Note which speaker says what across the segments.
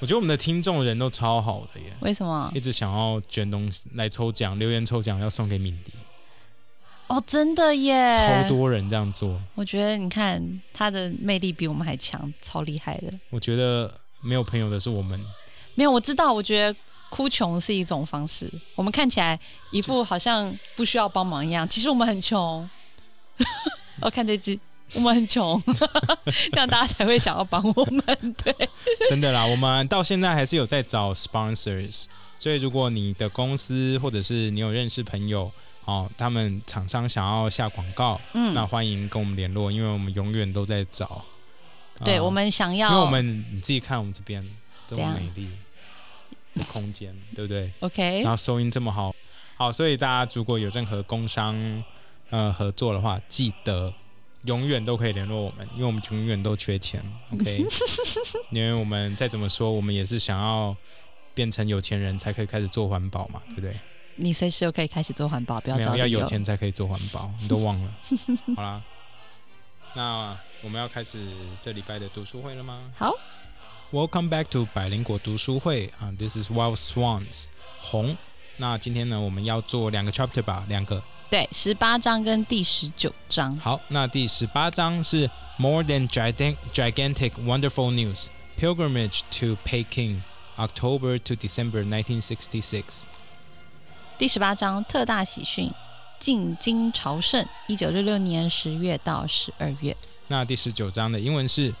Speaker 1: 我觉得我们的听众人都超好的耶，
Speaker 2: 为什么
Speaker 1: 一？直想要捐东西来抽奖，留言抽奖要送给敏迪，
Speaker 2: 哦，真的耶！
Speaker 1: 超多人这样做，
Speaker 2: 我觉得你看他的魅力比我们还强，超厉害的。
Speaker 1: 我觉得没有朋友的是我们，
Speaker 2: 没有，我知道，我觉得哭穷是一种方式。我们看起来一副好像不需要帮忙一样，其实我们很穷。 我看这句，我们很穷， 这样大家才会想要帮我们。对，
Speaker 1: 真 的啦，我们到现在还是有在找 sponsors，所以如果你的公司或者是你有认识朋友。哦，他们厂商想要下广告，
Speaker 2: 嗯
Speaker 1: 那欢迎跟我们联络，因为我们永远都在找。
Speaker 2: 对，
Speaker 1: 呃
Speaker 2: 我们想
Speaker 1: 因为
Speaker 2: 要，
Speaker 1: 我们你自己看我们这边这
Speaker 2: 怎
Speaker 1: 么
Speaker 2: 样
Speaker 1: 美丽的空间，对不对？
Speaker 2: OK
Speaker 1: 然后收音这么好，好，所以大家如果有任何工商呃合作的话，记得永远都可以联络我们，因为我们永远都缺钱，OK？因为我们再怎么说，我们也是想要变成有钱人才可以开始做环保嘛，对不对？
Speaker 2: 你随时都可以开始做环保，不要
Speaker 1: 没
Speaker 2: 找
Speaker 1: 有
Speaker 2: 理
Speaker 1: 要
Speaker 2: 由
Speaker 1: 有钱才可以做环保，你都忘了。好 啦，那我们要开始这礼拜的读书会了吗？
Speaker 2: 好。
Speaker 1: Welcome back to 百灵果读书会啊、t h i s is Wild Swans 红。那今天呢，我们要做两个 chapter 吧，两个。
Speaker 2: 对，十八章跟第十九章，
Speaker 1: 好，那第十八章是 More than gigantic, gigantic wonderful news: pilgrimage to Peking, October to December 1966。
Speaker 2: 第十八章特大喜讯，进京朝圣，一九六六年十月到十二月。
Speaker 1: 那第十九章的英文是，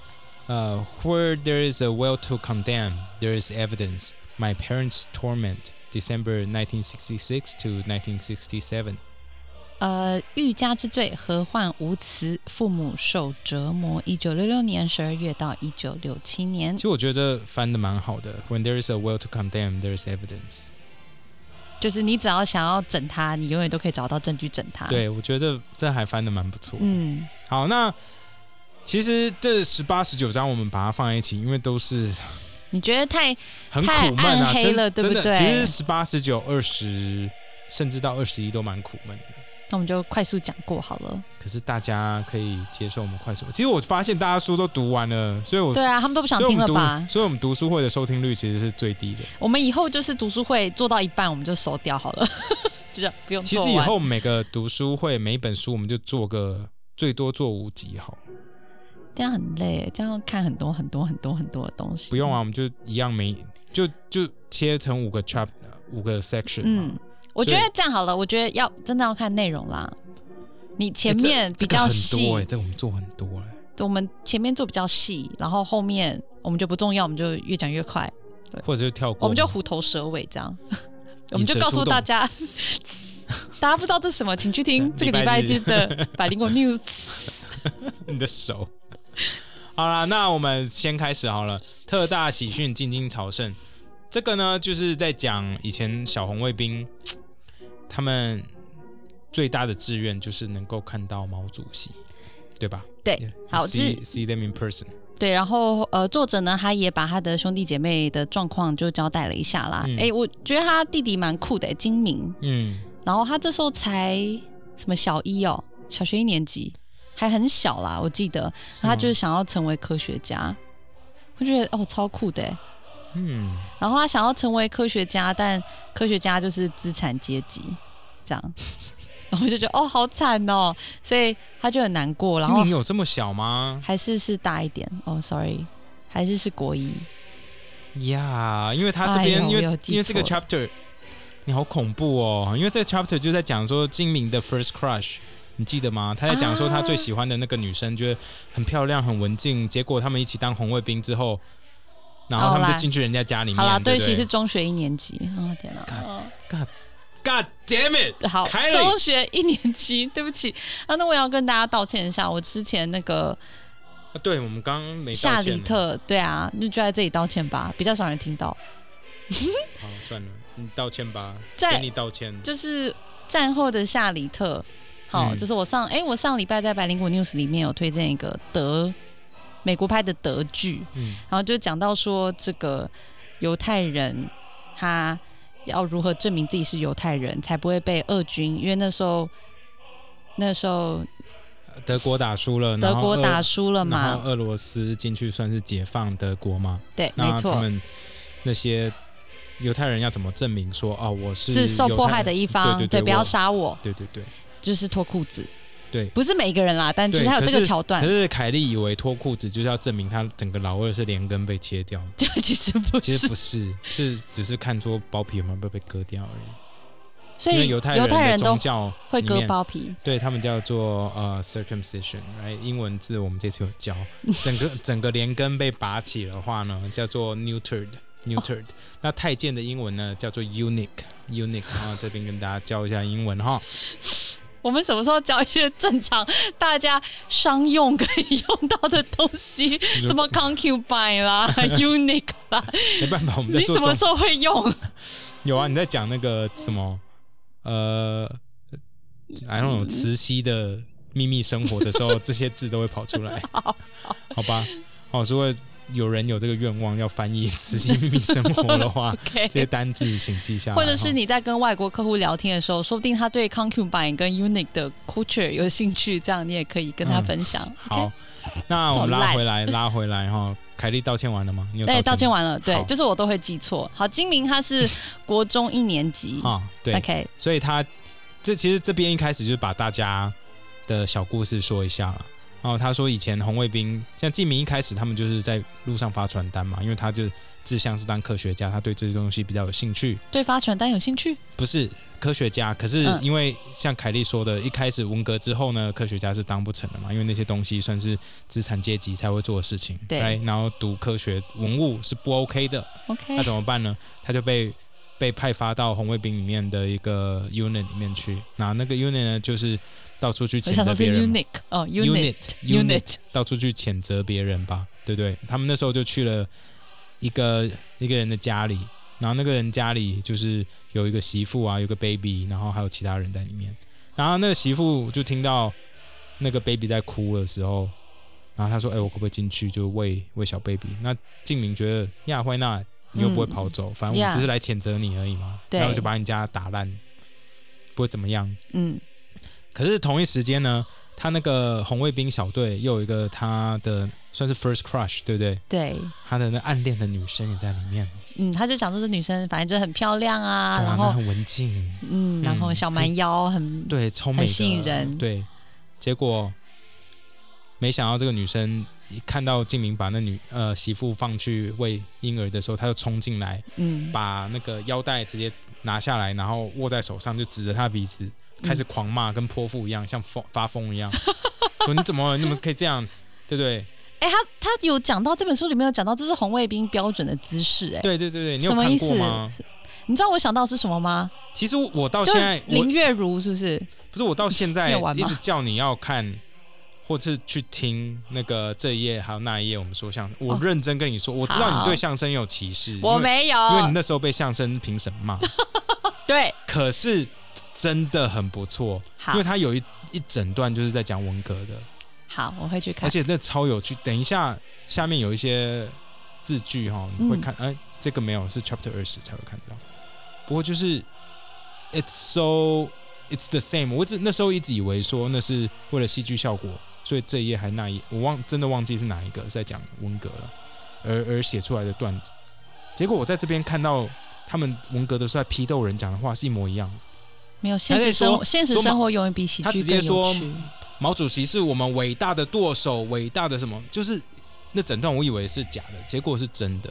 Speaker 1: 呃，Where there is a will to condemn, there is evidence. My parents' torment, December 1966 to 1967。
Speaker 2: 呃，欲加之罪，何患无辞？父母受折磨。一九六六年十二月到一九六七年
Speaker 1: 其，实我觉得这翻的蛮好的。When there is a will to condemn, there is evidence。
Speaker 2: 就是你只要想要整他，你永远都可以找到证据整他。，
Speaker 1: 对，我觉得这这还翻的蛮不错。
Speaker 2: 啊嗯，
Speaker 1: 好，那其实这十八、十九章我们把它放在一起，因为都是
Speaker 2: 你觉得太
Speaker 1: 很
Speaker 2: 太
Speaker 1: 苦闷啊，
Speaker 2: 暗黑
Speaker 1: 真
Speaker 2: 了对不
Speaker 1: 真的，
Speaker 2: 对
Speaker 1: 其实十八、十九、二十，甚至到二十一都蛮苦闷的。
Speaker 2: 那我们就快速讲过好了。
Speaker 1: 可是大家可以接受我们快速。其实我发现大家书都读完了，所以我
Speaker 2: 对啊，他们都不想
Speaker 1: 所以我
Speaker 2: 听
Speaker 1: 们
Speaker 2: 了
Speaker 1: 读
Speaker 2: 吧？
Speaker 1: 所以我们读书会的收听率其实是最低的。
Speaker 2: 我们以后就是读书会做到一半，我们就收掉好了， 就这样不用
Speaker 1: 其
Speaker 2: 做
Speaker 1: 实
Speaker 2: 完。
Speaker 1: 以后每个读书会每一本书我们就做个最多做五集好，
Speaker 2: 这样很累，这样要看很多很多很多很多的东西。
Speaker 1: 不用啊，我们就一样每就就切成五个 chap 五个 section 嘛。
Speaker 2: 嗯，我觉
Speaker 1: 所以
Speaker 2: 得这样好了，我觉得要真的要看内容啦。你
Speaker 1: 哎
Speaker 2: 前
Speaker 1: 诶这
Speaker 2: 面比
Speaker 1: 这个
Speaker 2: 较
Speaker 1: 很
Speaker 2: 细，
Speaker 1: 多哎、这我们做很多哎、
Speaker 2: 我们前面做比较细，然后后面我们就不重要，我们就越讲越快，
Speaker 1: 或者就跳过，
Speaker 2: 我们就虎头蛇尾这 样。我
Speaker 1: 引
Speaker 2: 们
Speaker 1: 哦
Speaker 2: 就
Speaker 1: 蛇
Speaker 2: 告
Speaker 1: 出
Speaker 2: 诉
Speaker 1: 洞
Speaker 2: 大家，大家不知道这是什么，请去听这个礼
Speaker 1: 礼
Speaker 2: 拜
Speaker 1: 拜
Speaker 2: 日
Speaker 1: 日
Speaker 2: 的百灵果 news。
Speaker 1: 你的手。 好啦，那我们先开始好了。特大喜讯，进京朝圣。这个呢，就是在讲以前小红卫兵他们最大的志愿就是能够看到毛主席，对吧？
Speaker 2: 对，哎好，这
Speaker 1: see see them in person。
Speaker 2: 对，然后呃，作者呢，他也把他的兄弟姐妹的状况就交代了一下啦。
Speaker 1: 嗯
Speaker 2: 诶，我觉得他弟弟蛮酷的，精明，
Speaker 1: 嗯，
Speaker 2: 然后他这时候才什么小一哦，小学一年级，还很小啦，我记得。
Speaker 1: 嗯
Speaker 2: 他就是想要成为科学家，我觉得哦超酷的欸。
Speaker 1: 嗯，
Speaker 2: 然后他想要成为科学家，但科学家就是资产阶级这样， 然后我就觉得哦好惨哦，所以他就很难过。然
Speaker 1: 精
Speaker 2: 后
Speaker 1: 灵有这么小吗？
Speaker 2: 还是是大一点哦，sorry，还是是国一。
Speaker 1: 呀、因为他这边、
Speaker 2: 哎呦
Speaker 1: 因
Speaker 2: 我有
Speaker 1: 为
Speaker 2: 记
Speaker 1: 因为这个
Speaker 2: 错
Speaker 1: chapter 你好恐怖哦，因为这个 chapter 就在讲说精明的 first crush，你记得吗？他在讲说他最喜欢的那个女生，觉得很漂亮、很文静，结果他们一起当红卫兵之后，然后他
Speaker 2: 好
Speaker 1: 们
Speaker 2: 啦
Speaker 1: 就进去人家家里面。
Speaker 2: 哦好啦，
Speaker 1: 对
Speaker 2: 对
Speaker 1: 不
Speaker 2: 不起，
Speaker 1: 对
Speaker 2: 是中学一年级啊、天哪！哦
Speaker 1: God damn it！
Speaker 2: 好，
Speaker 1: 凯莉
Speaker 2: 中学一年级， 对不起啊，那我也要跟大家道歉一下，我之前那个
Speaker 1: 啊对我们刚刚没道歉
Speaker 2: 夏
Speaker 1: 呢
Speaker 2: 里，特，对啊，那就在这里道歉吧，比较少人听到。
Speaker 1: 好算了，你道歉吧，
Speaker 2: 在
Speaker 1: 给你道歉。
Speaker 2: 就是战后的夏里特，好，
Speaker 1: 嗯
Speaker 2: 就是我上哎、我上礼拜在百灵果 news 里面有推荐一个德美国拍的德剧，
Speaker 1: 嗯
Speaker 2: 然后就讲到说这个犹太人他要如何证明自己是犹太人，才不会被俄军，因为那时候那时候
Speaker 1: 德国打输了，
Speaker 2: 德国打
Speaker 1: 输
Speaker 2: 输了
Speaker 1: 然后
Speaker 2: 嘛，
Speaker 1: 俄罗斯进去算是解放德国嘛？
Speaker 2: 对，没
Speaker 1: 那他
Speaker 2: 错，
Speaker 1: 们那些犹太人要怎么证明说哦，我是
Speaker 2: 是受
Speaker 1: 犹
Speaker 2: 迫
Speaker 1: 太
Speaker 2: 害的一方，
Speaker 1: 对对，
Speaker 2: 不要
Speaker 1: 我。
Speaker 2: 杀我，
Speaker 1: 对对对
Speaker 2: 就是脱裤子，
Speaker 1: 对。
Speaker 2: 不是每一个人啦，但就是
Speaker 1: 对
Speaker 2: 他有
Speaker 1: 可
Speaker 2: 这个
Speaker 1: 是
Speaker 2: 桥段
Speaker 1: 可，是凯莉以为脱裤子就是要证明他整个老二是连根被切掉，
Speaker 2: 就其实不
Speaker 1: 其实
Speaker 2: 是，
Speaker 1: 不是，是只是看说包皮有没有被被割掉而已。
Speaker 2: 所
Speaker 1: 因为
Speaker 2: 以
Speaker 1: 犹太
Speaker 2: 犹太
Speaker 1: 人的
Speaker 2: 人都
Speaker 1: 宗教
Speaker 2: 会
Speaker 1: 里
Speaker 2: 割
Speaker 1: 面
Speaker 2: 包皮，
Speaker 1: 对他们叫做呃 circumcision，right？英文字我们这次有 教，整个整个连根被拔起的话呢，叫做 neutered。neutered，、那
Speaker 2: 哦
Speaker 1: 太监的英文呢叫做 eunuch，eunuch 啊，这边跟大家教一下英文哈。
Speaker 2: 我们什么时候教一些正常大家商用可以用到的东西？
Speaker 1: 如
Speaker 2: 什么 concubine 啦，unique 啦，
Speaker 1: 没办法，我们在
Speaker 2: 你
Speaker 1: 做
Speaker 2: 什么
Speaker 1: 中
Speaker 2: 时候会用？。
Speaker 1: 有啊，你在讲那个什么呃，I don't know，慈禧的秘密生活的时候，这些字都会跑出来，好吧？哦，如果有人有这个愿望要翻译慈禧秘密生活的话
Speaker 2: OK
Speaker 1: 这些单字请记下来啊哈，
Speaker 2: 或者是你在跟外国客户聊天的时候，说不定他对 concubine 跟 unique 的 culture 有兴趣，这样你也可以跟
Speaker 1: 嗯
Speaker 2: 他分享。
Speaker 1: 好，那我们
Speaker 2: 好
Speaker 1: 拉
Speaker 2: 烂
Speaker 1: 回来，拉回来哈。凯莉道歉完了吗？你有
Speaker 2: OK，对，道歉
Speaker 1: 完
Speaker 2: 完了，对
Speaker 1: 好，
Speaker 2: 就是我都会记错。好，精明他是国中一年 级
Speaker 1: 啊、对，
Speaker 2: ，OK，
Speaker 1: 所以他这其实这边一开始就是把大家的小故事说一下了。然后他说以前红卫兵，像纪明一开始他们就是在路上发传单嘛，因为他就志向是当科学家，他对这些东西比较有兴趣。
Speaker 2: 对发传单有兴趣？
Speaker 1: 不是科学家，可是
Speaker 2: 嗯
Speaker 1: 因为像凯莉说的，一开始文革之后呢，科学家是当不成的嘛，因为那些东西算是资产阶级才会做的事情。
Speaker 2: 对
Speaker 1: right？然后读科学文物是不 OK 的，
Speaker 2: OK，
Speaker 1: 那怎么办呢？他就 被被派发到红卫兵里面的一个 unit 里面去，那那个 unit 呢，就是到处去
Speaker 2: 我
Speaker 1: 谴
Speaker 2: 想
Speaker 1: 责
Speaker 2: 说是
Speaker 1: 别人嘛
Speaker 2: unique 哦
Speaker 1: unit
Speaker 2: ，unit，unit，
Speaker 1: 到处去谴责别人吧，对不对？他们那时候就去了一个一个人的家里，然后那个人家里就是有一个媳妇啊，有个 baby，然后还有其他人在里面。然后那个媳妇就听到那个 baby 在哭的时候，然后她说：“哎、我可不可以进去就喂喂小 baby？” 那静明觉得呀，坏那你又不会跑走，反正我
Speaker 2: 呀
Speaker 1: 只是来谴责你而已嘛，
Speaker 2: 对
Speaker 1: 然后就把你家打烂，不会怎么样。
Speaker 2: 嗯，
Speaker 1: 可是同一时间呢，他那个红卫兵小队又有一个他的算是 first crush，对不对？
Speaker 2: 对，
Speaker 1: 他的那暗恋的女生也在里面，
Speaker 2: 嗯，他就讲说这女生反正就很漂亮啊，
Speaker 1: 对
Speaker 2: 然
Speaker 1: 那
Speaker 2: 后
Speaker 1: 很文静，
Speaker 2: 嗯，然后
Speaker 1: 嗯
Speaker 2: 小蛮腰很
Speaker 1: 对，超美的，
Speaker 2: 很吸引人
Speaker 1: 对，结果没想到这个女生一看到静明把那女呃媳妇放去喂婴儿的时候，她就冲进来，
Speaker 2: 嗯，
Speaker 1: 把那个腰带直接拿下来，然后握在手上，就指着他鼻子
Speaker 2: 嗯
Speaker 1: 开始狂骂，跟泼妇一样，像疯发疯一样，说你怎么你怎么可以这样子，对不对？
Speaker 2: 哎、他他有讲到这本书里面有讲到，这是红卫兵标准的姿势、哎，
Speaker 1: 对对对对，你有
Speaker 2: 什么
Speaker 1: 看
Speaker 2: 意
Speaker 1: 过
Speaker 2: 思
Speaker 1: 吗？？
Speaker 2: 你知道我想到是什么吗？
Speaker 1: 其实我到
Speaker 2: 就
Speaker 1: 哦现在，我
Speaker 2: 林月如是不是？
Speaker 1: 不是我到现在
Speaker 2: 你有玩
Speaker 1: 一
Speaker 2: 吗
Speaker 1: 直叫你要看，或是去听那个这一页还有那一页，我们说相声。我
Speaker 2: 哦
Speaker 1: 认真跟你说，我知道你
Speaker 2: 好
Speaker 1: 对相声有歧视，
Speaker 2: 我
Speaker 1: 因为，
Speaker 2: 没有，
Speaker 1: 因为你那时候被相声评审骂，
Speaker 2: 对，
Speaker 1: 可是真的很不错，
Speaker 2: 好
Speaker 1: 因为他有一一整段就是在讲文革的，
Speaker 2: 好，我会去
Speaker 1: 而
Speaker 2: 看。
Speaker 1: 且那超有趣。等一下，下面有一些字句哈、你会看，哎、这个没有，是 Chapter 二十才会看到。不过就是 It's so It's the same。我只那时候一直以为说那是为了戏剧效果，所以这一页还那一页，我忘真的忘记是哪一个在讲文革了，而而写出来的段子。结果我在这边看到他们文革的时候在批斗人讲的话是一模一样的。
Speaker 2: 没有现
Speaker 1: 他在
Speaker 2: 实生
Speaker 1: 说
Speaker 2: 活，现实
Speaker 1: 说嘛
Speaker 2: 生活永远比喜
Speaker 1: 他直
Speaker 2: 剧
Speaker 1: 接
Speaker 2: 更有
Speaker 1: 说
Speaker 2: 趣。
Speaker 1: 毛主席是我们伟大的舵手，伟大的什么？就是那整段我以为是假的，结果是真的。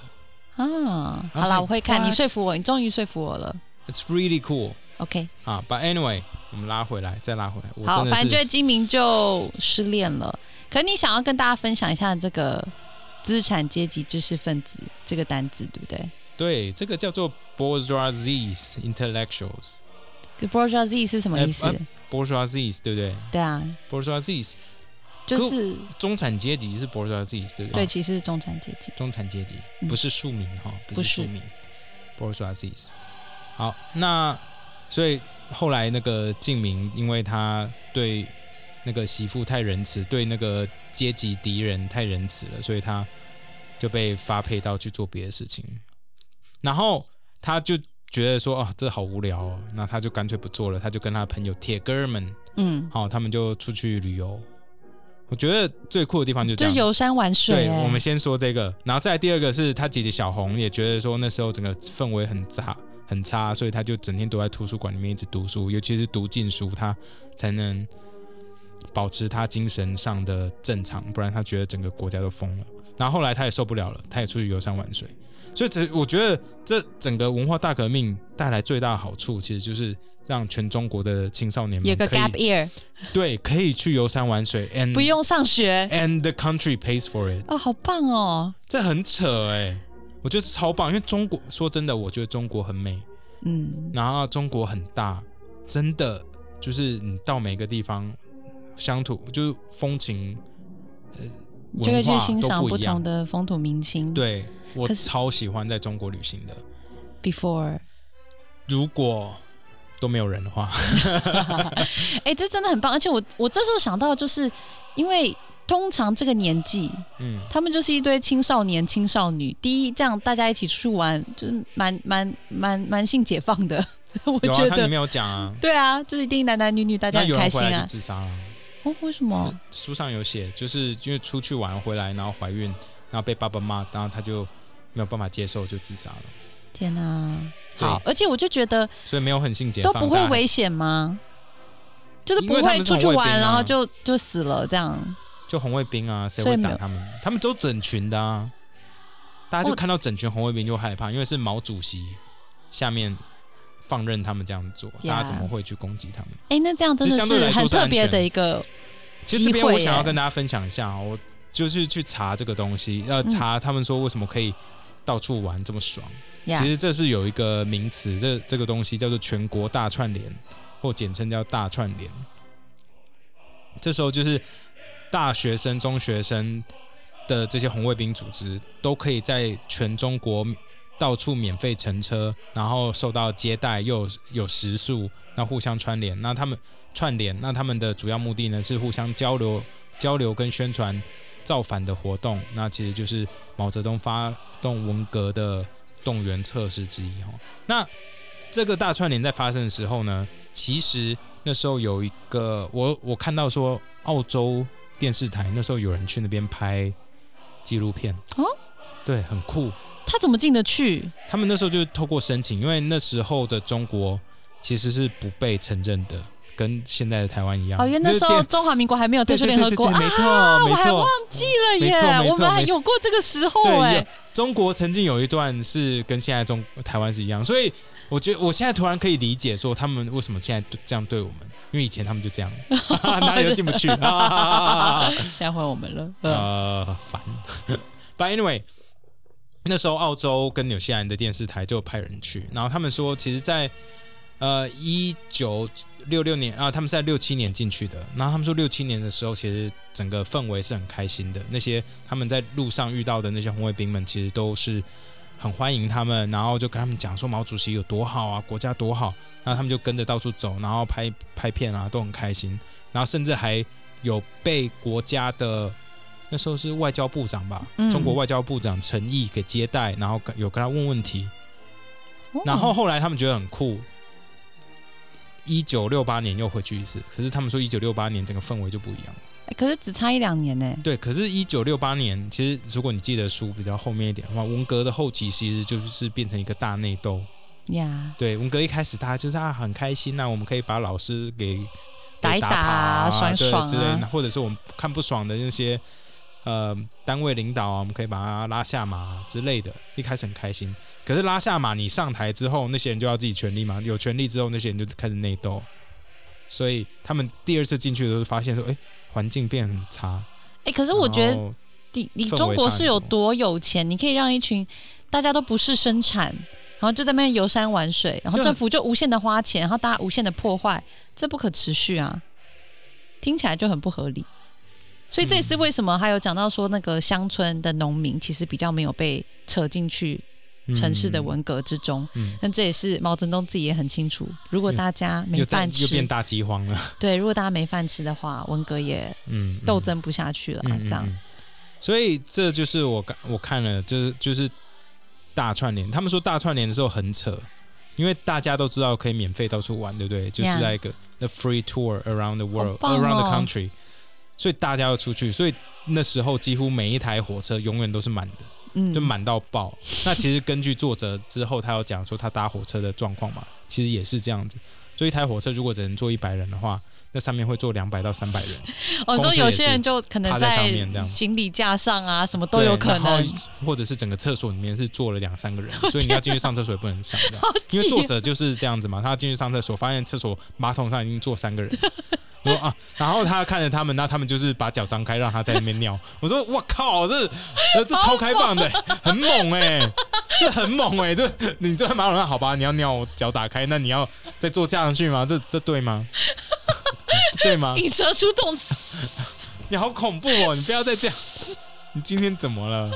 Speaker 2: 啊，
Speaker 1: 他
Speaker 2: 好啦，
Speaker 1: 说
Speaker 2: 我会看。你
Speaker 1: What？
Speaker 2: 说服我，你终于说服我了。
Speaker 1: It's really cool
Speaker 2: OK，
Speaker 1: 啊！But anyway，我们拉回来，再拉回来。我
Speaker 2: 好，
Speaker 1: 真的
Speaker 2: 反正
Speaker 1: 是
Speaker 2: 就是金明就失恋了。可你想要跟大家分享一下这个资产阶级知识分子这个单字，对不对？
Speaker 1: 对这个叫做 bourgeoisie intellectuals。
Speaker 2: bourgeoisie 是什么意思？
Speaker 1: 呃呃 bourgeoisie 对不对
Speaker 2: 对啊，
Speaker 1: ？bourgeoisie
Speaker 2: 就是
Speaker 1: 中产阶级是 bourgeoisie 对不
Speaker 2: 对，
Speaker 1: 对？，
Speaker 2: 其实是中产阶级。
Speaker 1: 中产阶级
Speaker 2: 嗯
Speaker 1: 不是庶民哈，不
Speaker 2: 不
Speaker 1: 是
Speaker 2: 是
Speaker 1: 庶民 bourgeoisie。好，那所以后来那个静明，因为他对那个媳妇太仁慈，对那个阶级敌人太仁慈了，所以他就被发配到去做别的事情。然后他就觉得说，哦，这好无聊哦，那他就干脆不做了，他就跟他朋友铁哥们，
Speaker 2: 嗯
Speaker 1: 好、他们就出去旅游。我觉得最酷的地方就这
Speaker 2: 就
Speaker 1: 样。
Speaker 2: 游山玩水、
Speaker 1: 对，
Speaker 2: 欸。
Speaker 1: 我们先说这个，然后再来第二个是他姐姐小红也觉得说那时候整个氛围很差很差，所以他就整天躲在图书馆里面一直读书，尤其是读禁书，他才能保持他精神上的正常，不然他觉得整个国家都疯了。然后后来他也受不了了，他也出去游山玩水。所以这我觉得这整个文化大革命带来最大的好处，其实就是让全中国的青少年们
Speaker 2: 有个
Speaker 1: 可以嗯
Speaker 2: gap year，
Speaker 1: 对可以去游山玩水，and
Speaker 2: 不用上学
Speaker 1: and the country pays for it。
Speaker 2: 哦，好棒哦。
Speaker 1: 这很扯哎、我觉得超棒，因为中国说真的，我觉得中国很美，
Speaker 2: 嗯，
Speaker 1: 然后中国很大，真的就是你到每个地方，乡土就是风情，呃，
Speaker 2: 你就可
Speaker 1: 文
Speaker 2: 以去
Speaker 1: 化
Speaker 2: 欣
Speaker 1: 都
Speaker 2: 赏
Speaker 1: 不一样
Speaker 2: 同。的风土民情。
Speaker 1: 对我
Speaker 2: 可是
Speaker 1: 超喜欢在中国旅行的，
Speaker 2: ，before，
Speaker 1: 如果都没有人的话，
Speaker 2: 哎、这真的很棒。而且我我这时候想到，就是因为通常这个年纪，
Speaker 1: 嗯，
Speaker 2: 他们就是一堆青少年、青少女。第一，这样大家一起出去玩，就是蛮蛮蛮蛮性解放的。 我
Speaker 1: 有
Speaker 2: 觉
Speaker 1: 啊，他
Speaker 2: 得，
Speaker 1: 里面有讲啊，
Speaker 2: 对啊，就是一定男男女女大家
Speaker 1: 那
Speaker 2: 很
Speaker 1: 有
Speaker 2: 开
Speaker 1: 人
Speaker 2: 心
Speaker 1: 回来嗯
Speaker 2: 啊
Speaker 1: 就。自杀了，
Speaker 2: 哦，为什么？
Speaker 1: 书上有写，就是因为出去玩回来，然后怀孕，然后被爸爸骂，然后他就没有办法接受，就自杀了。
Speaker 2: 天哪、
Speaker 1: 对
Speaker 2: 好，而且我就觉得
Speaker 1: 所以没有很性解
Speaker 2: 都
Speaker 1: 放，
Speaker 2: 不会
Speaker 1: 大家
Speaker 2: 危险吗？就是不
Speaker 1: 因为他
Speaker 2: 会
Speaker 1: 们是
Speaker 2: 出去
Speaker 1: 红卫兵
Speaker 2: 玩，
Speaker 1: 啊
Speaker 2: 然后就就死了这样。
Speaker 1: 就红卫兵啊，谁
Speaker 2: 所以
Speaker 1: 会
Speaker 2: 没有
Speaker 1: 打他们？他们都整群的啊，大家就
Speaker 2: 哦
Speaker 1: 看到整群红卫兵就害怕，因为是毛主席下面放任他们这样做，大家怎么会去攻击他们？
Speaker 2: 哎、那这样真的
Speaker 1: 其实相对来说
Speaker 2: 很
Speaker 1: 是安
Speaker 2: 特别
Speaker 1: 全
Speaker 2: 的一个
Speaker 1: 其实这
Speaker 2: 机
Speaker 1: 边
Speaker 2: 会
Speaker 1: 我想要
Speaker 2: 耶
Speaker 1: 跟大家分享一下啊，我就是去查这个东西，要
Speaker 2: 嗯
Speaker 1: 查他们说为什么可以到处玩这么爽。
Speaker 2: 呀
Speaker 1: 其实这是有一个名词，这这个东西叫做全国大串联，或简称叫大串联。这时候就是大学生、中学生的这些红卫兵组织，都可以在全中国到处免费乘车，然后受到接待，又有有食宿，那互相串联。那他们串联，那他们的主要目的呢是互相交流、交流跟宣传造反的活动。那其实就是毛泽东发动文革的动员测试之一哈。那这个大串联在发生的时候呢，其实那时候有一个我我看到说澳洲电视台那时候有人去那边拍纪录片
Speaker 2: 哦，
Speaker 1: 对，很酷。
Speaker 2: 他怎么进得去？
Speaker 1: 他们那时候就是透过申请，因为那时候的中国其实是不被承认的，跟现在的台湾一样。
Speaker 2: 哦，因为那
Speaker 1: 就是
Speaker 2: 时候
Speaker 1: 电
Speaker 2: 中华民国还没有退
Speaker 1: 对
Speaker 2: 出
Speaker 1: 对对
Speaker 2: 联合
Speaker 1: 对
Speaker 2: 国
Speaker 1: 对
Speaker 2: 啊，
Speaker 1: 没错没
Speaker 2: 我还
Speaker 1: 错
Speaker 2: 忘，记了耶
Speaker 1: 没错没，错
Speaker 2: 我们还
Speaker 1: 没错
Speaker 2: 有过这个时候
Speaker 1: 对，
Speaker 2: 哎
Speaker 1: 有，中国曾经有一段是跟现在中台湾是一样，所以我觉得我现在突然可以理解说他们为什么现在对这样对我们，因为以前他们就这 样， 哪里都进不去 啊。
Speaker 2: 现在换我们了。嗯
Speaker 1: 呃，烦。But anyway，那时候澳洲跟纽西兰的电视台就有派人去，然后他们说，其实在，呃一九六六年啊，他们是在六七年进去的，然后他们说六七年的时候，其实整个氛围是很开心的，那些他们在路上遇到的那些红卫兵们，其实都是。很欢迎他们，然后就跟他们讲说毛主席有多好啊，国家多好，然后他们就跟着到处走，然后拍拍片啊，都很开心，然后甚至还有被国家的那时候是外交部长吧，
Speaker 2: 嗯
Speaker 1: 中国外交部长陈毅给接待，然后跟有跟他问问题，
Speaker 2: 哦
Speaker 1: 然后后来他们觉得很酷。一九六八年又回去一次，可是他们说一九六八年整个氛围就不一样了。
Speaker 2: 哎可是只差一两年呢，
Speaker 1: 对，可是，一九六八年，其实如果你记得书比较后面一点的话，文革的后期其实就是变成一个大内斗。
Speaker 2: 呀，
Speaker 1: 对，文革一开始大家就是啊很开心呐、我们可以把老师给
Speaker 2: 打一
Speaker 1: 打
Speaker 2: 打
Speaker 1: 趴
Speaker 2: 啊爽一
Speaker 1: 对
Speaker 2: 爽
Speaker 1: 之类
Speaker 2: 啊
Speaker 1: 的，或者是我们看不爽的那些呃单位领导啊，我们可以把他拉下马、之类的。一开始很开心，可是拉下马你上台之后，那些人就要自己权力嘛，有权力之后，那些人就开始内斗，所以他们第二次进去的时候发现说，哎，环境变很差。
Speaker 2: 哎，可是我觉
Speaker 1: 然
Speaker 2: 得
Speaker 1: 后
Speaker 2: 你你
Speaker 1: 氛围
Speaker 2: 中国
Speaker 1: 差
Speaker 2: 是
Speaker 1: 很
Speaker 2: 有
Speaker 1: 多
Speaker 2: 多有钱，你可以让一群大家都不是生产，然后就在那边游山玩水，然后
Speaker 1: 就
Speaker 2: 政
Speaker 1: 很
Speaker 2: 府就无限的花钱，然后大家无限的破坏，这不可持续啊！听起来就很不合理。所以这也是
Speaker 1: 嗯
Speaker 2: 为什么还有讲到说那个乡村的农民其实比较没有被扯进去城市的
Speaker 1: 嗯
Speaker 2: 文革之中。
Speaker 1: 嗯
Speaker 2: 那这也是毛泽东自己也很清楚，如果
Speaker 1: 又
Speaker 2: 大家没
Speaker 1: 又在
Speaker 2: 饭
Speaker 1: 又变
Speaker 2: 吃，
Speaker 1: 大饥荒了，
Speaker 2: 对，如果大家没饭吃的话，文革也
Speaker 1: 嗯，嗯
Speaker 2: 斗争不下去了，
Speaker 1: 嗯，
Speaker 2: 啊这样。
Speaker 1: 嗯嗯所以这就是我刚我看了，就是就是大串联。他们说大串联的时候很扯，因为大家都知道可以免费到处玩，对不对？就是
Speaker 2: Yeah
Speaker 1: 在一个 the free tour around the
Speaker 2: 好棒哦
Speaker 1: world，around、the country。所以大家要出去，所以那时候几乎每一台火车永远都是满的。
Speaker 2: 嗯
Speaker 1: 就满到爆。那其实根据作者之后他有讲说他搭火车的状况嘛，其实也是这样子。所以一台火车如果只能坐一百人的话，那上面会坐两百到三百人，
Speaker 2: 哦，
Speaker 1: 公
Speaker 2: 说
Speaker 1: 车
Speaker 2: 有
Speaker 1: 也
Speaker 2: 些
Speaker 1: 是
Speaker 2: 人就可能
Speaker 1: 趴在上面这样
Speaker 2: 行李架上啊，什么都
Speaker 1: 对
Speaker 2: 有可能
Speaker 1: 然。后或者是整个厕所里面是坐了两三个人，所以你要进去上厕所也不能上这样
Speaker 2: 好
Speaker 1: 因为
Speaker 2: 气
Speaker 1: 作者就是这样子嘛，他进去上厕所，发现厕所马桶上已经坐三个人。 我说啊，然后他看着他们，那他们就是把脚张开，让他在那边尿。我说我靠，这呃这超开放的、很猛哎、这很猛哎、这你坐在马桶上好吧？你要尿，我脚打开，那你要再坐下去吗？这这对吗？ 对 吗？
Speaker 2: 引蛇出洞，
Speaker 1: 你好恐怖哦！啊 你不要再这样。你今天怎么了？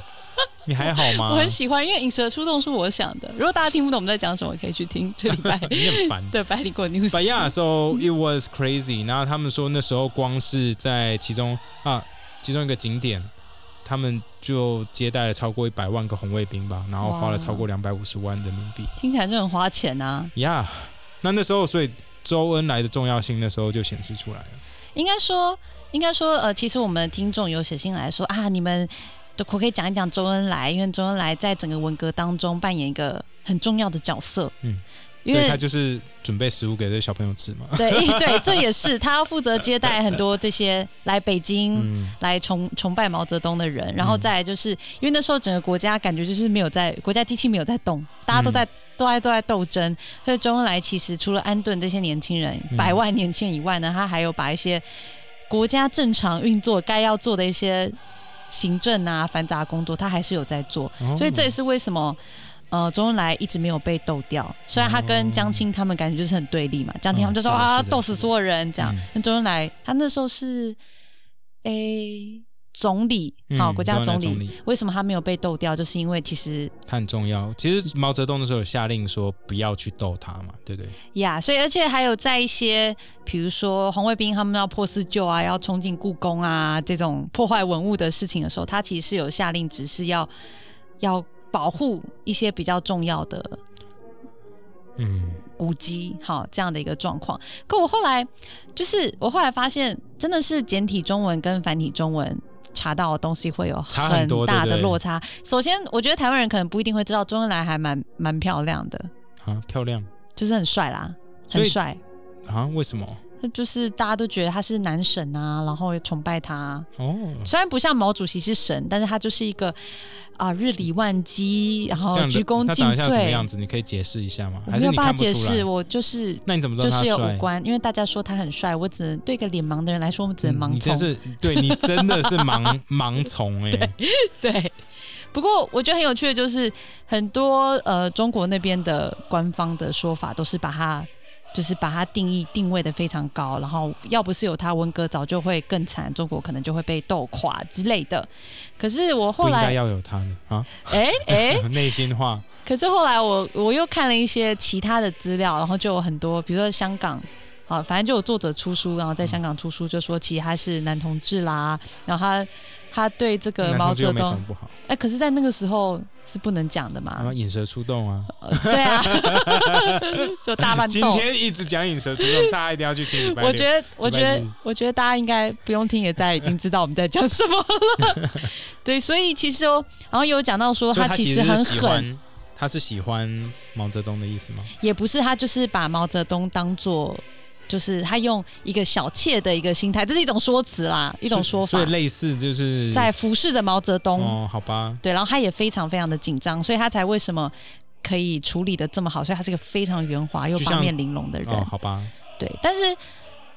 Speaker 1: 你还好吗？
Speaker 2: 我很喜欢，因为引蛇出洞是我想的。如果大家听不懂我们在讲什么，可以去听这礼拜
Speaker 1: 你很 烦。
Speaker 2: 的百里果 news。
Speaker 1: But yeah, so it was crazy. 然后他们说那时候光是在其中啊，其中一个景点，他们就接待了超过一百万个红卫兵吧，然后花了超过两百五十万人民币。
Speaker 2: 听起来就很花钱啊。
Speaker 1: Yeah，那那时候所以周恩来的重要性那时候就显示出来了。
Speaker 2: 应该说，应该说，呃，其实我们的听众有写信来说啊，你们都可不可以讲一讲周恩来，因为周恩来在整个文革当中扮演一个很重要的角色。
Speaker 1: 嗯，
Speaker 2: 因
Speaker 1: 对
Speaker 2: 为
Speaker 1: 他就是准备食物给这些小朋友吃嘛。
Speaker 2: 对 对，这也是他要负责接待很多这些来北京。
Speaker 1: 嗯，
Speaker 2: 来崇崇拜毛泽东的人，然后再来就是、因为那时候整个国家感觉就是没有在国家机器没有在动，大家都在、都在都在斗争，所以周恩来其实除了安顿这些年轻人、
Speaker 1: 嗯
Speaker 2: 百万年轻人以外呢，他还有把一些国家正常运作该要做的一些行政啊、繁杂工作，他还是有在做，
Speaker 1: 哦
Speaker 2: 所以这也是为什么。呃，周恩来一直没有被斗掉，虽然他跟江青他们感觉就是很对立嘛，江青他们就说、
Speaker 1: 嗯是的
Speaker 2: 啊，
Speaker 1: 是的
Speaker 2: 斗死
Speaker 1: 是的
Speaker 2: 所有人这样，
Speaker 1: 嗯
Speaker 2: 那周恩来他那时候是诶、总理，
Speaker 1: 嗯
Speaker 2: 好、国家
Speaker 1: 周恩来
Speaker 2: 总理。
Speaker 1: 总理
Speaker 2: 为什么他没有被斗掉？就是因为其实
Speaker 1: 他很重要。其实毛泽东那时候有下令说不要去逗他嘛，对不对？
Speaker 2: 呀所以而且还有在一些，比如说红卫兵他们要破四旧啊，要冲进故宫啊这种破坏文物的事情的时候，他其实是有下令指示要要保护一些比较重要的
Speaker 1: 嗯，
Speaker 2: 古迹，好这样的一个状况。可我后来就是我后来发现，真的是简体中文跟繁体中文查到的东西会有
Speaker 1: 差很多
Speaker 2: 大
Speaker 1: 对
Speaker 2: 的
Speaker 1: 不对
Speaker 2: 落差。首先，我觉得台湾人可能不一定会知道周恩来还蛮蛮漂亮的，
Speaker 1: 啊，漂亮
Speaker 2: 就是很帅啦，
Speaker 1: 所以
Speaker 2: 很帅。
Speaker 1: 啊？为什么？
Speaker 2: 就是大家都觉得他是男神啊，然后崇拜他、
Speaker 1: 哦，
Speaker 2: 虽然不像毛主席是神，但是他就是一个啊、日理万机，然后
Speaker 1: 这样的
Speaker 2: 鞠躬
Speaker 1: 他
Speaker 2: 尽
Speaker 1: 长得像什么
Speaker 2: 瘁
Speaker 1: 样。子？你可以解释一下吗？
Speaker 2: 我
Speaker 1: 还
Speaker 2: 没
Speaker 1: 是
Speaker 2: 有
Speaker 1: 你
Speaker 2: 办法
Speaker 1: 看不
Speaker 2: 解
Speaker 1: 出
Speaker 2: 释，
Speaker 1: 来？
Speaker 2: 我就是
Speaker 1: 那你怎么知
Speaker 2: 就
Speaker 1: 道他
Speaker 2: 是有五
Speaker 1: 帅？
Speaker 2: 官，因为大家说他很帅，我只能对一个脸盲的人来说，我们只能盲
Speaker 1: 嗯你
Speaker 2: 从
Speaker 1: 真。是对你真的是 盲盲从哎、
Speaker 2: 对，不过我觉得很有趣的就是，很多呃中国那边的官方的说法都是把他。就是把他定义定位的非常高，然后要不是有他，文革早就会更惨，中国可能就会被斗垮之类的。可是我
Speaker 1: 不
Speaker 2: 后
Speaker 1: 应该
Speaker 2: 来，
Speaker 1: 要有他呢啊！
Speaker 2: 哎哎，
Speaker 1: 内心话，
Speaker 2: 可是后来我我又看了一些其他的资料，然后就有很多，比如说香港。啊，反正就有作者出书，然后在香港出书，就说其实他是男同志啦，然后他他 对这个
Speaker 1: 男
Speaker 2: 毛
Speaker 1: 同志
Speaker 2: 泽
Speaker 1: 又没什
Speaker 2: 东啊
Speaker 1: 么，不啊好，
Speaker 2: 哎、可是，在那个时候是不能讲的嘛
Speaker 1: 然，后引蛇出洞啊！
Speaker 2: 呃对啊， 就大乱
Speaker 1: 今
Speaker 2: 斗。
Speaker 1: 天一直讲引蛇出洞，大家一定要去听礼拜六。
Speaker 2: 我觉得，我觉
Speaker 1: 礼拜
Speaker 2: 得
Speaker 1: 日，
Speaker 2: 我觉得大家应该不用听，也大家已经知道我们在讲什么了。 对，所以其实哦，然后有讲到说
Speaker 1: 所以
Speaker 2: 他
Speaker 1: 他
Speaker 2: 其
Speaker 1: 其
Speaker 2: 实
Speaker 1: 是
Speaker 2: 很
Speaker 1: 喜
Speaker 2: 狠，
Speaker 1: 欢，他是喜欢毛泽东的意思吗？
Speaker 2: 也不是，他就是把毛泽东当做，就是他用一个小妾的一个心态，这是一种说辞啦，一种说
Speaker 1: 所
Speaker 2: 法
Speaker 1: 以，类似就是
Speaker 2: 在服侍着毛泽东。
Speaker 1: 哦，好吧，
Speaker 2: 对，然后他也非常非常的紧张，所以他才为什么可以处理的这么好，所以他是个非常圆滑又
Speaker 1: 就像
Speaker 2: 八面玲珑的人。
Speaker 1: 哦，好吧，
Speaker 2: 对，但是。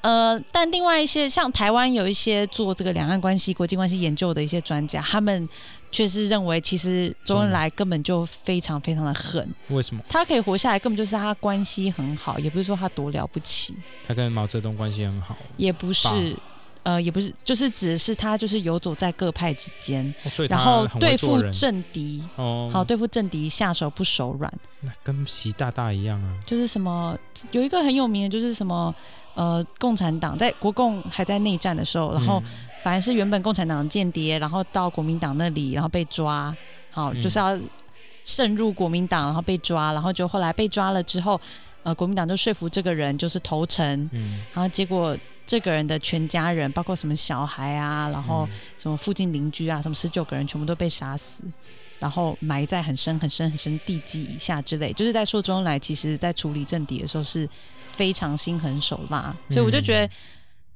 Speaker 2: 呃，但另外一些像台湾有一些做这个两岸关系、国际关系研究的一些专家，他们却是认为，其实周恩来根本就非常非常的狠，
Speaker 1: 为什么
Speaker 2: 他可以活下来，根本就是他关系很好，也不是说他多了不起，
Speaker 1: 他跟毛泽东关系很好？
Speaker 2: 也不是，呃，也不是，就是只是他就是游走在各派之间，
Speaker 1: 哦所以
Speaker 2: 然
Speaker 1: 他
Speaker 2: 后
Speaker 1: 很会
Speaker 2: 对
Speaker 1: 做
Speaker 2: 付
Speaker 1: 人
Speaker 2: 政敌，
Speaker 1: 哦，
Speaker 2: 好，对付政敌下手不手软，
Speaker 1: 那跟习大大一样啊。
Speaker 2: 就是什么有一个很有名的，就是什么呃，共产党在国共还在内战的时候，然后
Speaker 1: 嗯
Speaker 2: 反而是原本共产党的间谍，然后到国民党那里，然后被抓，好，
Speaker 1: 嗯
Speaker 2: 就是要渗入国民党，然后被抓，然后就后来被抓了之后，呃，国民党就说服这个人就是投诚，
Speaker 1: 嗯
Speaker 2: 然后结果这个人的全家人，包括什么小孩啊，然
Speaker 1: 嗯
Speaker 2: 后什么附近邻居啊，什么十九个人全部都被杀死，然后埋在很深很深很深地基以下之类，就是在说周恩来其实在处理政敌的时候是非常心狠手辣，所以我就觉得，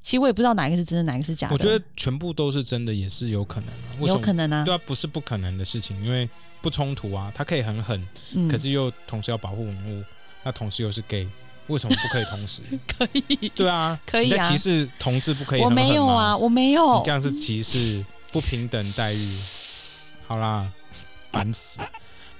Speaker 2: 其实我也不知道哪一个是真的，哪一个是假
Speaker 1: 嗯
Speaker 2: 的。
Speaker 1: 我觉得全部都是真的，也是有可能、啊。为什
Speaker 2: 有
Speaker 1: 么
Speaker 2: 可能啊，
Speaker 1: 对啊，不是不可能的事情，因为不冲突啊，他可以很狠，
Speaker 2: 嗯，
Speaker 1: 可是又同时要保护文物，那同时又是 gay，为什么不可以同 时？
Speaker 2: 可以，
Speaker 1: 对啊，
Speaker 2: 可以
Speaker 1: 你在
Speaker 2: 啊
Speaker 1: 歧视同志不可以
Speaker 2: 我
Speaker 1: 很狠
Speaker 2: 没有
Speaker 1: 吗
Speaker 2: 啊，我嗯没有
Speaker 1: 你这，样是歧视不平等待遇。好啦，烦死。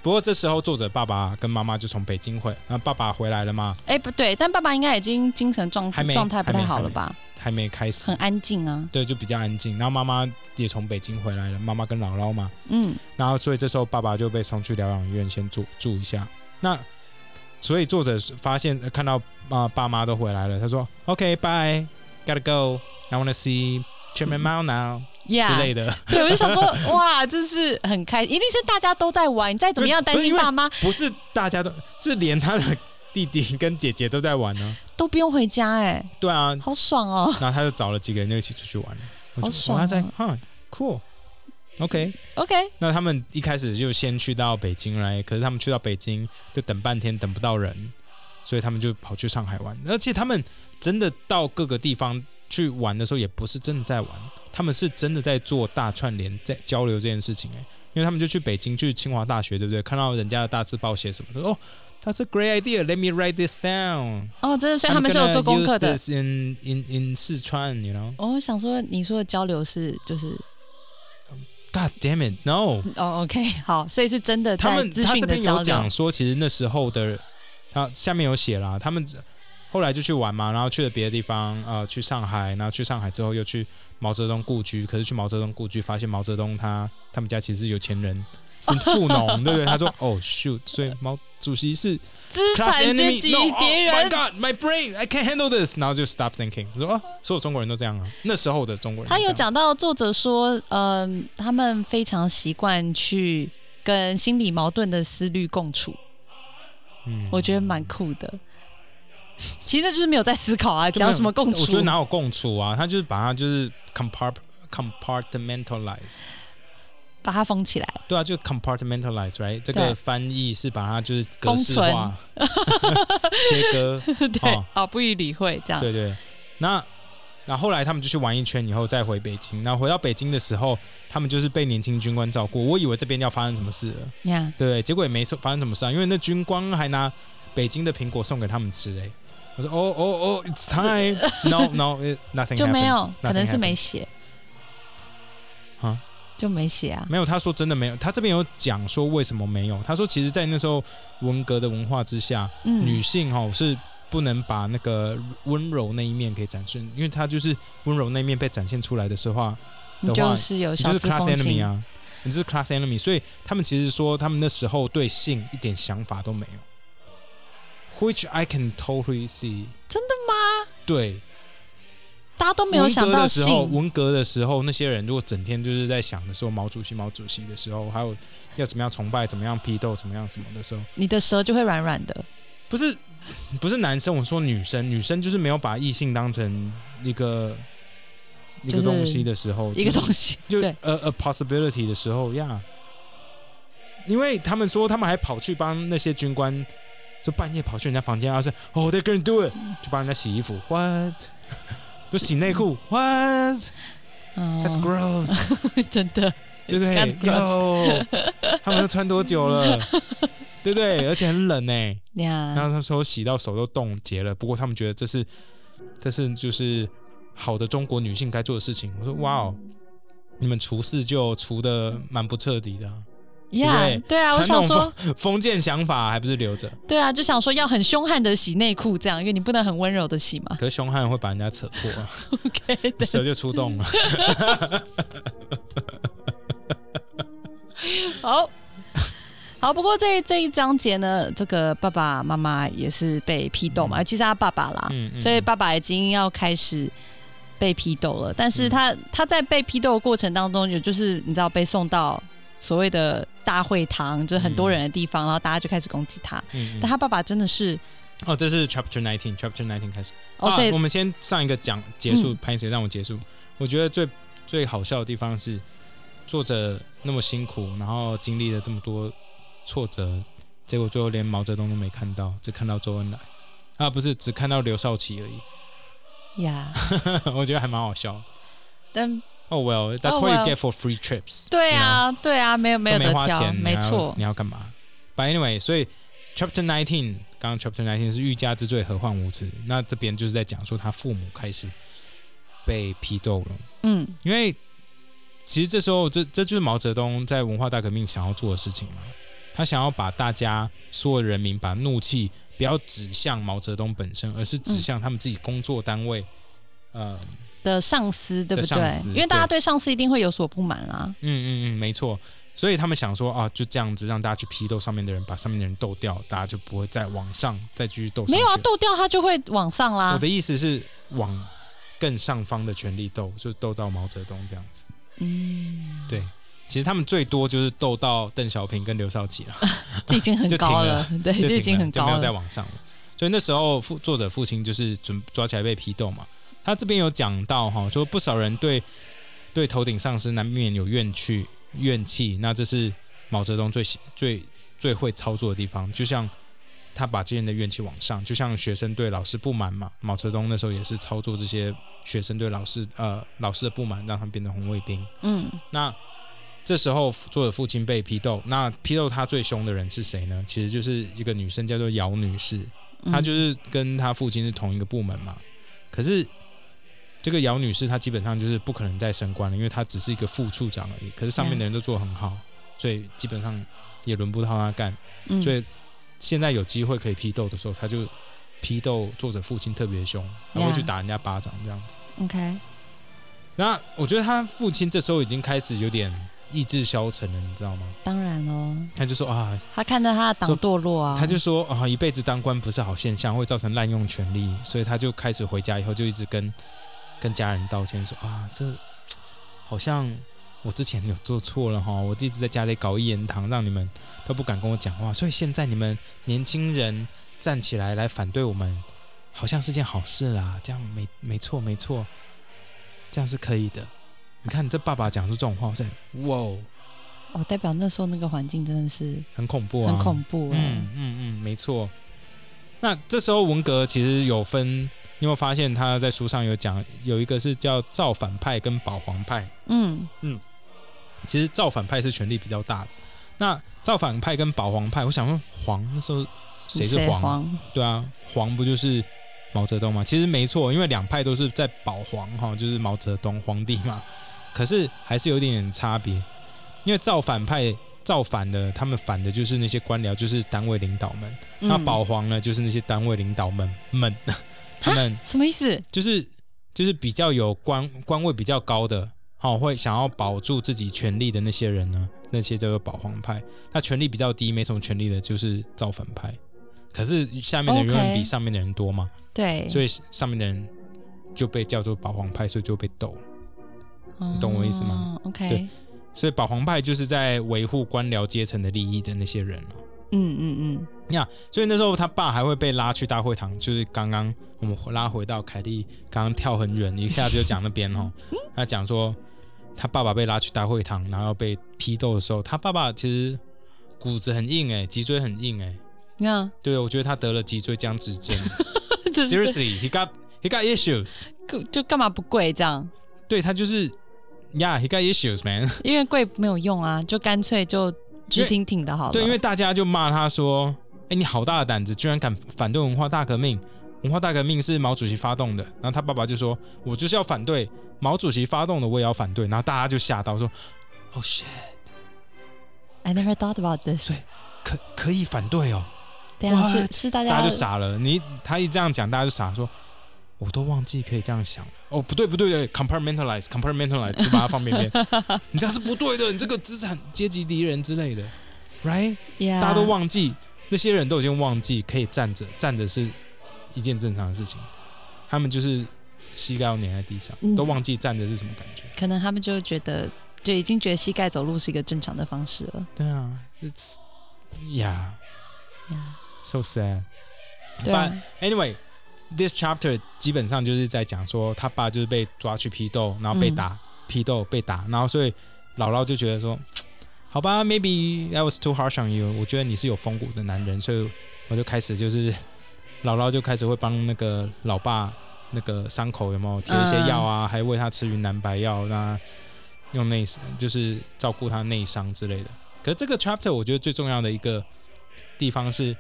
Speaker 1: 不过这时候作者爸爸跟妈妈就从北京回，那、爸爸回来了吗？
Speaker 2: 哎、不对，但爸爸应该已经精神状
Speaker 1: 还没
Speaker 2: 状态不太
Speaker 1: 还没
Speaker 2: 好了
Speaker 1: 还没
Speaker 2: 吧？
Speaker 1: 还没开始
Speaker 2: 很，安静啊，
Speaker 1: 对，就比较安静。然后妈妈也从北京回来了，妈妈跟姥姥嘛。
Speaker 2: 嗯，
Speaker 1: 然后所以这时候爸爸就被送去疗养院先住住一下。那所以作者发现呃看到啊、爸妈都回来了，他说 OK bye gotta go I wanna see Chairman
Speaker 2: Mm-hmm.
Speaker 1: Mao now、之类
Speaker 2: 呀，
Speaker 1: 的，
Speaker 2: 对，我就想说， 哇，这是很开，一定是大家都在玩，你再怎么样
Speaker 1: 不是
Speaker 2: 担
Speaker 1: 不是
Speaker 2: 心
Speaker 1: 因为
Speaker 2: 爸妈
Speaker 1: 不是大家都是连他的弟弟跟姐姐都在玩呢、
Speaker 2: 都不用回家、哎，
Speaker 1: 对啊，
Speaker 2: 好爽哦。
Speaker 1: 然后他就找了几个人就一起出去玩了。我就
Speaker 2: 好爽
Speaker 1: 哇塞
Speaker 2: 啊
Speaker 1: 哈 cool OK，
Speaker 2: OK，
Speaker 1: 那他们一开始就先去到北京来，可是他们去到北京就等半天等不到人，所以他们就跑去上海玩。而且他们真的到各个地方去玩的时候，也不是真的在玩，他们是真的在做大串联，在交流这件事情、欸。因为他们就去北京，去清华大学，对不对？看到人家的大字报写什么，说哦，that's a great idea，let me write this down。
Speaker 2: 哦，真的，所以他们是有做功课的。
Speaker 1: i n in in 四川，you know。
Speaker 2: 哦我想说，你说的交流是就是，
Speaker 1: God damn it，no！
Speaker 2: 哦，OK，好，所以是真的
Speaker 1: 他
Speaker 2: 在
Speaker 1: 们
Speaker 2: 资
Speaker 1: 他
Speaker 2: 讯
Speaker 1: 这
Speaker 2: 的
Speaker 1: 边
Speaker 2: 交
Speaker 1: 有
Speaker 2: 流
Speaker 1: 讲。说，其实那时候的他下面有写啦，他们后来就去玩嘛，然后去了别的地方，呃，去上海，然后去上海之后又去毛泽东故居，可是去毛泽东故居发现毛泽东他他们家其实是有钱人。是富农，对不对？他说：“哦、shoot，所以毛主席是
Speaker 2: 资
Speaker 1: class
Speaker 2: 产阶
Speaker 1: enemy。
Speaker 2: 级
Speaker 1: No,
Speaker 2: 敌
Speaker 1: oh, my
Speaker 2: 人，
Speaker 1: God，my brain，I can't handle this。”然后就 stop thinking，说：“哦，所有中国人都这样啊。”那时候的中国人都
Speaker 2: 他
Speaker 1: 这样，
Speaker 2: 有讲到作者说，嗯、他们非常习惯去跟心理矛盾的思虑共处，
Speaker 1: 嗯，
Speaker 2: 我觉得蛮酷的。其实那就是没有在思考啊，
Speaker 1: 就没有
Speaker 2: 讲什么共
Speaker 1: 我觉
Speaker 2: 处
Speaker 1: 得？哪有共处啊？他就是把它就是 compart compartmentalize，
Speaker 2: 把它封起来，
Speaker 1: 对啊，就 compartmentalize，right？这个
Speaker 2: 对
Speaker 1: 翻译是把它就是格式化， 切 割，
Speaker 2: 对，
Speaker 1: 哦
Speaker 2: 哦不予理会这样。
Speaker 1: 对对。那那后来他们就去玩一圈以后再回北京，然后回到北京的时候，他们就是被年轻军官照顾。我以为这边要发生什么事了，
Speaker 2: 你看，
Speaker 1: 对不对？结果也没发生什么事啊，因为那军官还拿北京的苹果送给他们吃嘞、我说哦哦哦，It's time，No No，nothing
Speaker 2: 就没
Speaker 1: happened
Speaker 2: 有，可能是没写
Speaker 1: 啊，
Speaker 2: 就没写啊。
Speaker 1: 没有，他说真的没有。他这边有讲说为什么没有。他说，其实，在那时候文革的文化之下，女
Speaker 2: 嗯，
Speaker 1: 性哦是不能把那个温柔那一面给展现，因为她就是温柔那一面被展现出来的时候啊，
Speaker 2: 你
Speaker 1: 的话
Speaker 2: 就是有
Speaker 1: 你
Speaker 2: 小
Speaker 1: 就是
Speaker 2: 资
Speaker 1: class
Speaker 2: 风
Speaker 1: enemy
Speaker 2: 情，
Speaker 1: 啊，你就是 class enemy。所以他们其实说，他们那时候对性一点想法都没有，which I can totally see。
Speaker 2: 真
Speaker 1: 的吗？对，
Speaker 2: 大家都没有想
Speaker 1: 文革
Speaker 2: 到
Speaker 1: 的时候，
Speaker 2: 性。
Speaker 1: 文革的时候，那些人如果整天就是在想着说毛主席、毛主席的时候，还有要怎么样崇拜、怎么样批斗、怎么样什么的时候，
Speaker 2: 你的舌就会软软的，
Speaker 1: 不是不是男生，我说女生，女生就是没有把异性当成一个、一
Speaker 2: 就
Speaker 1: 个
Speaker 2: 是
Speaker 1: 东西的时候，
Speaker 2: 一个
Speaker 1: 就
Speaker 2: 东西。
Speaker 1: 就
Speaker 2: 对，
Speaker 1: 呃 a possibility 的时候呀因为他们说他们还跑去帮那些军官，就半夜跑去人家房间，然后是哦、oh,，they're gonna do it，就帮人家洗衣服，what，就洗内裤，what，that's
Speaker 2: 嗯，
Speaker 1: gross。
Speaker 2: 真的，
Speaker 1: 对不对
Speaker 2: It's kind？of gross
Speaker 1: 有， 他们都穿多久了？对不对？而且很冷呢、
Speaker 2: 呀
Speaker 1: 然后他说洗到手都冻结了，不过他们觉得这是这是就是好的中国女性该做的事情。我说哇哦，你们除事就除的蛮不彻底的啊、对
Speaker 2: 呀，
Speaker 1: 不
Speaker 2: 对啊，我
Speaker 1: 传
Speaker 2: 想
Speaker 1: 统
Speaker 2: 说，
Speaker 1: 封建想法还不是留着？
Speaker 2: 对啊，就想说要很凶悍的洗内裤这样，因为你不能很温柔的洗嘛。
Speaker 1: 可是凶悍会把人家扯破、啊，
Speaker 2: OK，对
Speaker 1: 蛇就出洞了。
Speaker 2: 好。好，不过这这一章节呢，这个爸爸妈妈也是被批斗嘛，尤其是他爸爸啦，
Speaker 1: 嗯，嗯
Speaker 2: 所以爸爸已经要开始被批斗了。但
Speaker 1: 嗯
Speaker 2: 是他、他在被批斗的过程当中，也就是你知道被送到所谓的大会堂，就是很多人的地方，然后大家就开始攻击他。
Speaker 1: 嗯嗯嗯
Speaker 2: 但他爸爸真的是
Speaker 1: 哦，这是 Chapter Nineteen，Chapter Nineteen 开始。
Speaker 2: 哦，
Speaker 1: 啊
Speaker 2: 所以
Speaker 1: 我们先上一个讲结束，
Speaker 2: 嗯
Speaker 1: 拍谁让我结束。我觉得最最好笑的地方是，作者那么辛苦，然后经历了这么多挫折，结果最后连毛泽东都没看到，只看到周恩来啊，不是只看到刘少奇而已。
Speaker 2: 呀，
Speaker 1: 我觉得还蛮好笑。
Speaker 2: 但
Speaker 1: Oh well, that's
Speaker 2: Oh
Speaker 1: what
Speaker 2: well
Speaker 1: you get for free trips.
Speaker 2: 对
Speaker 1: you know，
Speaker 2: 啊，对啊，没有没有
Speaker 1: 都没
Speaker 2: 得
Speaker 1: 花
Speaker 2: 挑，
Speaker 1: 钱，你
Speaker 2: 没
Speaker 1: 还要
Speaker 2: 错
Speaker 1: 你，要干嘛？But anyway，所以 Chapter Nineteen，刚刚 Chapter Nineteen 是欲加之罪，何患无辞。那这边就是在讲说他父母开始被批斗了，
Speaker 2: 嗯
Speaker 1: 因为其实这时候这这就是毛泽东在文化大革命想要做的事情嘛，他想要把大家所有人民把怒气不要指向毛泽东本身，而是指
Speaker 2: 嗯
Speaker 1: 向他们自己工作单位，呃，
Speaker 2: 的上司，对
Speaker 1: 的
Speaker 2: 不
Speaker 1: 上
Speaker 2: 对？
Speaker 1: 司
Speaker 2: 因为大家
Speaker 1: 对
Speaker 2: 对上司一定会有所不满啊。
Speaker 1: 嗯嗯嗯，没错。所以他们想说啊，就这样子让大家去批斗上面的人，把上面的人斗掉，大家就不会再往上再继续斗上去。
Speaker 2: 没有啊，斗啊掉他就会往上啦
Speaker 1: 我。的意思是往更上方的权力斗，就斗到毛泽东这样子。
Speaker 2: 嗯，
Speaker 1: 对其实他们最多就是斗到邓小平跟刘少奇了，
Speaker 2: 这已经很
Speaker 1: 就停
Speaker 2: 高
Speaker 1: 了
Speaker 2: 了，对，
Speaker 1: 就
Speaker 2: 这
Speaker 1: 停
Speaker 2: 已经
Speaker 1: 了
Speaker 2: 很
Speaker 1: 就没
Speaker 2: 高
Speaker 1: 有再
Speaker 2: 了。
Speaker 1: 往上了。所以那时候父作者父亲就是准抓起来被批斗嘛。他这边有讲到哈，说不少人对对头顶上司难免有怨气怨气，那这是毛泽东最喜最最会操作的地方，就像他把这些人的怨气往上，就像学生对老师不满嘛，毛泽东那时候也是操作这些学生对老师呃老师的不满，让他们变成红卫兵。
Speaker 2: 嗯，
Speaker 1: 那这时候作者父亲被批斗，那批斗他最凶的人是谁呢？其实就是一个女生叫做姚女士，
Speaker 2: 嗯
Speaker 1: 她就是跟她父亲是同一个部门嘛。可是这个姚女士她基本上就是不可能再升官了，因为她只是一个副处长而已。可是上面的人都做得很好，所以基本上也轮不到她干。
Speaker 2: 嗯
Speaker 1: 所以现在有机会可以批斗的时候，她就批斗作者父亲特别凶，她会去
Speaker 2: Yeah
Speaker 1: 打人家巴掌这样子。
Speaker 2: OK，
Speaker 1: 那我觉得他父亲这时候已经开始有点意志消沉了，你知道吗？
Speaker 2: 当然喽，
Speaker 1: 他就说啊，
Speaker 2: 他看到他的党
Speaker 1: 说
Speaker 2: 堕落啊，
Speaker 1: 他就说啊，一辈子当官不是好现象，会造成滥用权力，所以他就开始回家以后就一直跟跟家人道歉说啊，这好像我之前有做错了哈，我一直在家里搞一言堂，让你们都不敢跟我讲话，所以现在你们年轻人站起来来反对我们，好像是件好事啦，这样没没错没错，这样是可以的。你看这爸爸讲出这种话，我说哇哦，
Speaker 2: 哦，代表那时候那个环境真的是
Speaker 1: 很恐怖啊，
Speaker 2: 很恐怖哎
Speaker 1: 嗯。嗯嗯，没错。那这时候文革其实有分，你有没有发现他在书上有讲，有一个是叫造反派跟保皇派。
Speaker 2: 嗯
Speaker 1: 其实造反派是权力比较大的。那造反派跟保皇派，我想说皇那时候谁是皇？
Speaker 2: 黄？
Speaker 1: 对啊，皇不就是毛泽东吗？其实没错，因为两派都是在保皇哈，就是毛泽东皇帝嘛。可是还是有一点点差别，因为造反派造反的，他们反的就是那些官僚，就是单位领导们。那
Speaker 2: 嗯
Speaker 1: 保皇呢，就是那些单位领导们们，他们
Speaker 2: 什么意思？
Speaker 1: 就是就是比较有官官位比较高的，好、会想要保住自己权力的那些人呢，那些叫做保皇派。那权力比较低，没什么权力的，就是造反派。可是下面的人
Speaker 2: OK
Speaker 1: 永远比上面的人多嘛
Speaker 2: 对，
Speaker 1: 所以上面的人就被叫做保皇派，所以就被斗。
Speaker 2: 你
Speaker 1: 懂我意思吗
Speaker 2: 哦？OK，
Speaker 1: 对所以保皇派就是在维护官僚阶层的利益的那些人了。
Speaker 2: 嗯嗯嗯，
Speaker 1: 所以那时候他爸还会被拉去大会堂，就是刚刚我们拉回到凯莉刚刚跳很远，一下子就讲那边哦，他讲说他爸爸被拉去大会堂，然后被批斗的时候，他爸爸其实骨子很硬哎、脊椎很硬哎、
Speaker 2: 你看，
Speaker 1: 对我觉得他得了脊椎僵直症
Speaker 2: 就是
Speaker 1: ，Seriously he got he got issues，
Speaker 2: 就就干嘛不跪这样？
Speaker 1: 对他就是 yeah he got issues man，
Speaker 2: 因为跪没有用啊，就干脆就直挺挺的好了。
Speaker 1: 对，因为大家就骂他说，哎、你好大的胆子，居然敢反对文化大革命！文化大革命是毛主席发动的。然后他爸爸就说，我就是要反对毛主席发动的，我也要反对。然后大家就吓到说，哦、shit，
Speaker 2: I never thought about this
Speaker 1: 对。可可以反对哦，
Speaker 2: 对啊，
Speaker 1: What？
Speaker 2: 是是大
Speaker 1: 大
Speaker 2: 家
Speaker 1: 家就傻了。你他一这样讲，大家就傻说。我都忘记可以这样想了。哦，不对不对对，compartmentalize，compartmentalize，就把它放边 边。你这样是不对的，你这个资产阶级敌人之类的，right？
Speaker 2: 呀
Speaker 1: 大家都忘记，那些人都已经忘记可以站着，站着是一件正常的事情。他们就是膝盖要粘在地上，
Speaker 2: 嗯
Speaker 1: 都忘记站着是什么感觉。
Speaker 2: 可能他们就觉得就已经觉得膝盖走路是一个正常的方式了。
Speaker 1: 对啊，it's yeah
Speaker 2: 呀
Speaker 1: so sad。
Speaker 2: 对啊
Speaker 1: But anyway。This chapter 基本上就是在讲说，他爸就是被抓去批斗，然后被打，批斗被打，然后所以姥姥就觉得说，好吧，maybe I was too harsh on you，我觉得你是有风骨的男人，所以我就开始就是姥姥就开始会帮那个老爸那个伤口有没有贴一些药啊，还喂他吃云南白药，让他用内就是照顾他内伤之类的。可是这个 chapter 我觉得最重要的一个地方是，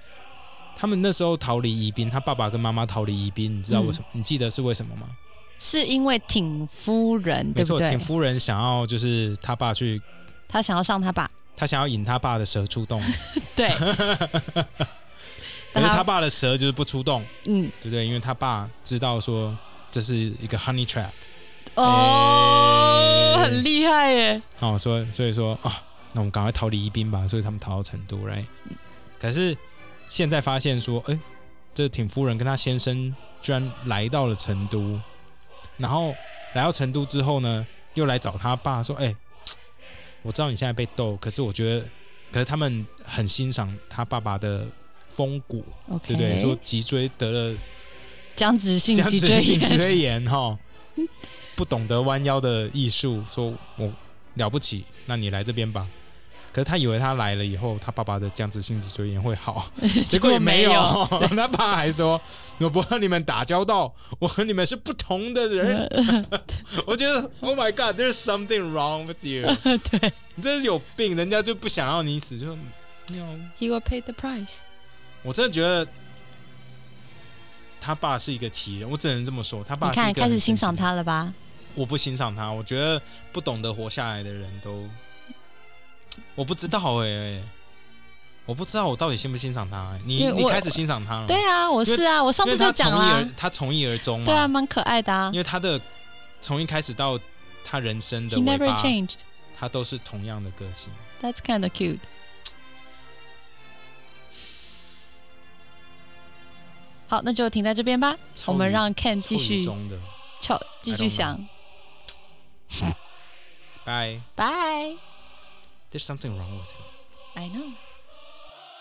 Speaker 1: 他们那时候逃离宜宾，他爸爸跟妈妈逃离宜宾，你知道为什
Speaker 2: 嗯
Speaker 1: 么？你记得是为什么吗？
Speaker 2: 是因为挺夫人，
Speaker 1: 没
Speaker 2: 对不
Speaker 1: 错，
Speaker 2: 对
Speaker 1: 田？夫人想要就是他爸去，
Speaker 2: 他想要 上他爸，
Speaker 1: 他想要引他爸的蛇出 洞，
Speaker 2: 对，
Speaker 1: 可
Speaker 2: 但
Speaker 1: 是他爸的蛇就是不出洞，
Speaker 2: 嗯，
Speaker 1: 对不对？因为他爸知道说这是一个 honey trap，
Speaker 2: 哦，
Speaker 1: 哎
Speaker 2: 很厉害耶，
Speaker 1: 哦，所以所以说啊，那我们赶快逃离宜宾吧，所以他们逃到成都来。可是现在发现说，哎，这挺夫人跟她先生居然来到了成都，然后来到成都之后呢，又来找他爸说，哎，我知道你现在被斗，可是我觉得，可是他们很欣赏他爸爸的风骨，
Speaker 2: ，OK，
Speaker 1: 对不对？说脊椎得了
Speaker 2: 僵直性
Speaker 1: 这样
Speaker 2: 脊
Speaker 1: 子
Speaker 2: 椎
Speaker 1: 性脊
Speaker 2: 炎，
Speaker 1: 椎 炎哈，不懂得弯腰的艺术，说我了不起，那你来这边吧。可是他以为他来了以后，他爸爸的僵直性脊椎炎会 好，结果也没 有。
Speaker 2: 有，
Speaker 1: 他爸还说：“我不和你们打交道，我和你们是不同的人。 我觉得，Oh my God，there's something wrong with you。
Speaker 2: 对
Speaker 1: 你真是有病，人家就不想要你死，就嗯 no。
Speaker 2: ，He will pay the price。
Speaker 1: 我真的觉得他爸是一个奇人，我只能这么说。他爸
Speaker 2: 你
Speaker 1: 是一个
Speaker 2: 看，开
Speaker 1: 很
Speaker 2: 始欣
Speaker 1: 神奇
Speaker 2: 赏
Speaker 1: 的
Speaker 2: 他了吧？
Speaker 1: 我不欣赏他，我觉得不懂得活下来的人都，我不知道哎、我不知道我到底欣不欣赏他、欸。
Speaker 2: 因
Speaker 1: 你
Speaker 2: 为
Speaker 1: 你
Speaker 2: 我
Speaker 1: 开始欣赏他了吗，
Speaker 2: 对啊，我
Speaker 1: 嗯因为
Speaker 2: 是啊，我上
Speaker 1: 因
Speaker 2: 次
Speaker 1: 为
Speaker 2: 就
Speaker 1: 他
Speaker 2: 讲
Speaker 1: 从一
Speaker 2: 啦
Speaker 1: 而，他从一而终嘛，
Speaker 2: 对啊，蛮可爱的啊
Speaker 1: 因。为他的从一开始到他人生的
Speaker 2: He
Speaker 1: 尾
Speaker 2: never
Speaker 1: 巴，
Speaker 2: changed.
Speaker 1: 他都是同样的个性。
Speaker 2: That's kind of cute. 好，那就停在这边吧。我们让 Ken 继续
Speaker 1: 中的，
Speaker 2: 敲，继
Speaker 1: I
Speaker 2: 续
Speaker 1: don't know
Speaker 2: 想。
Speaker 1: 拜
Speaker 2: 拜。
Speaker 1: ，There's something wrong with him。
Speaker 2: I know.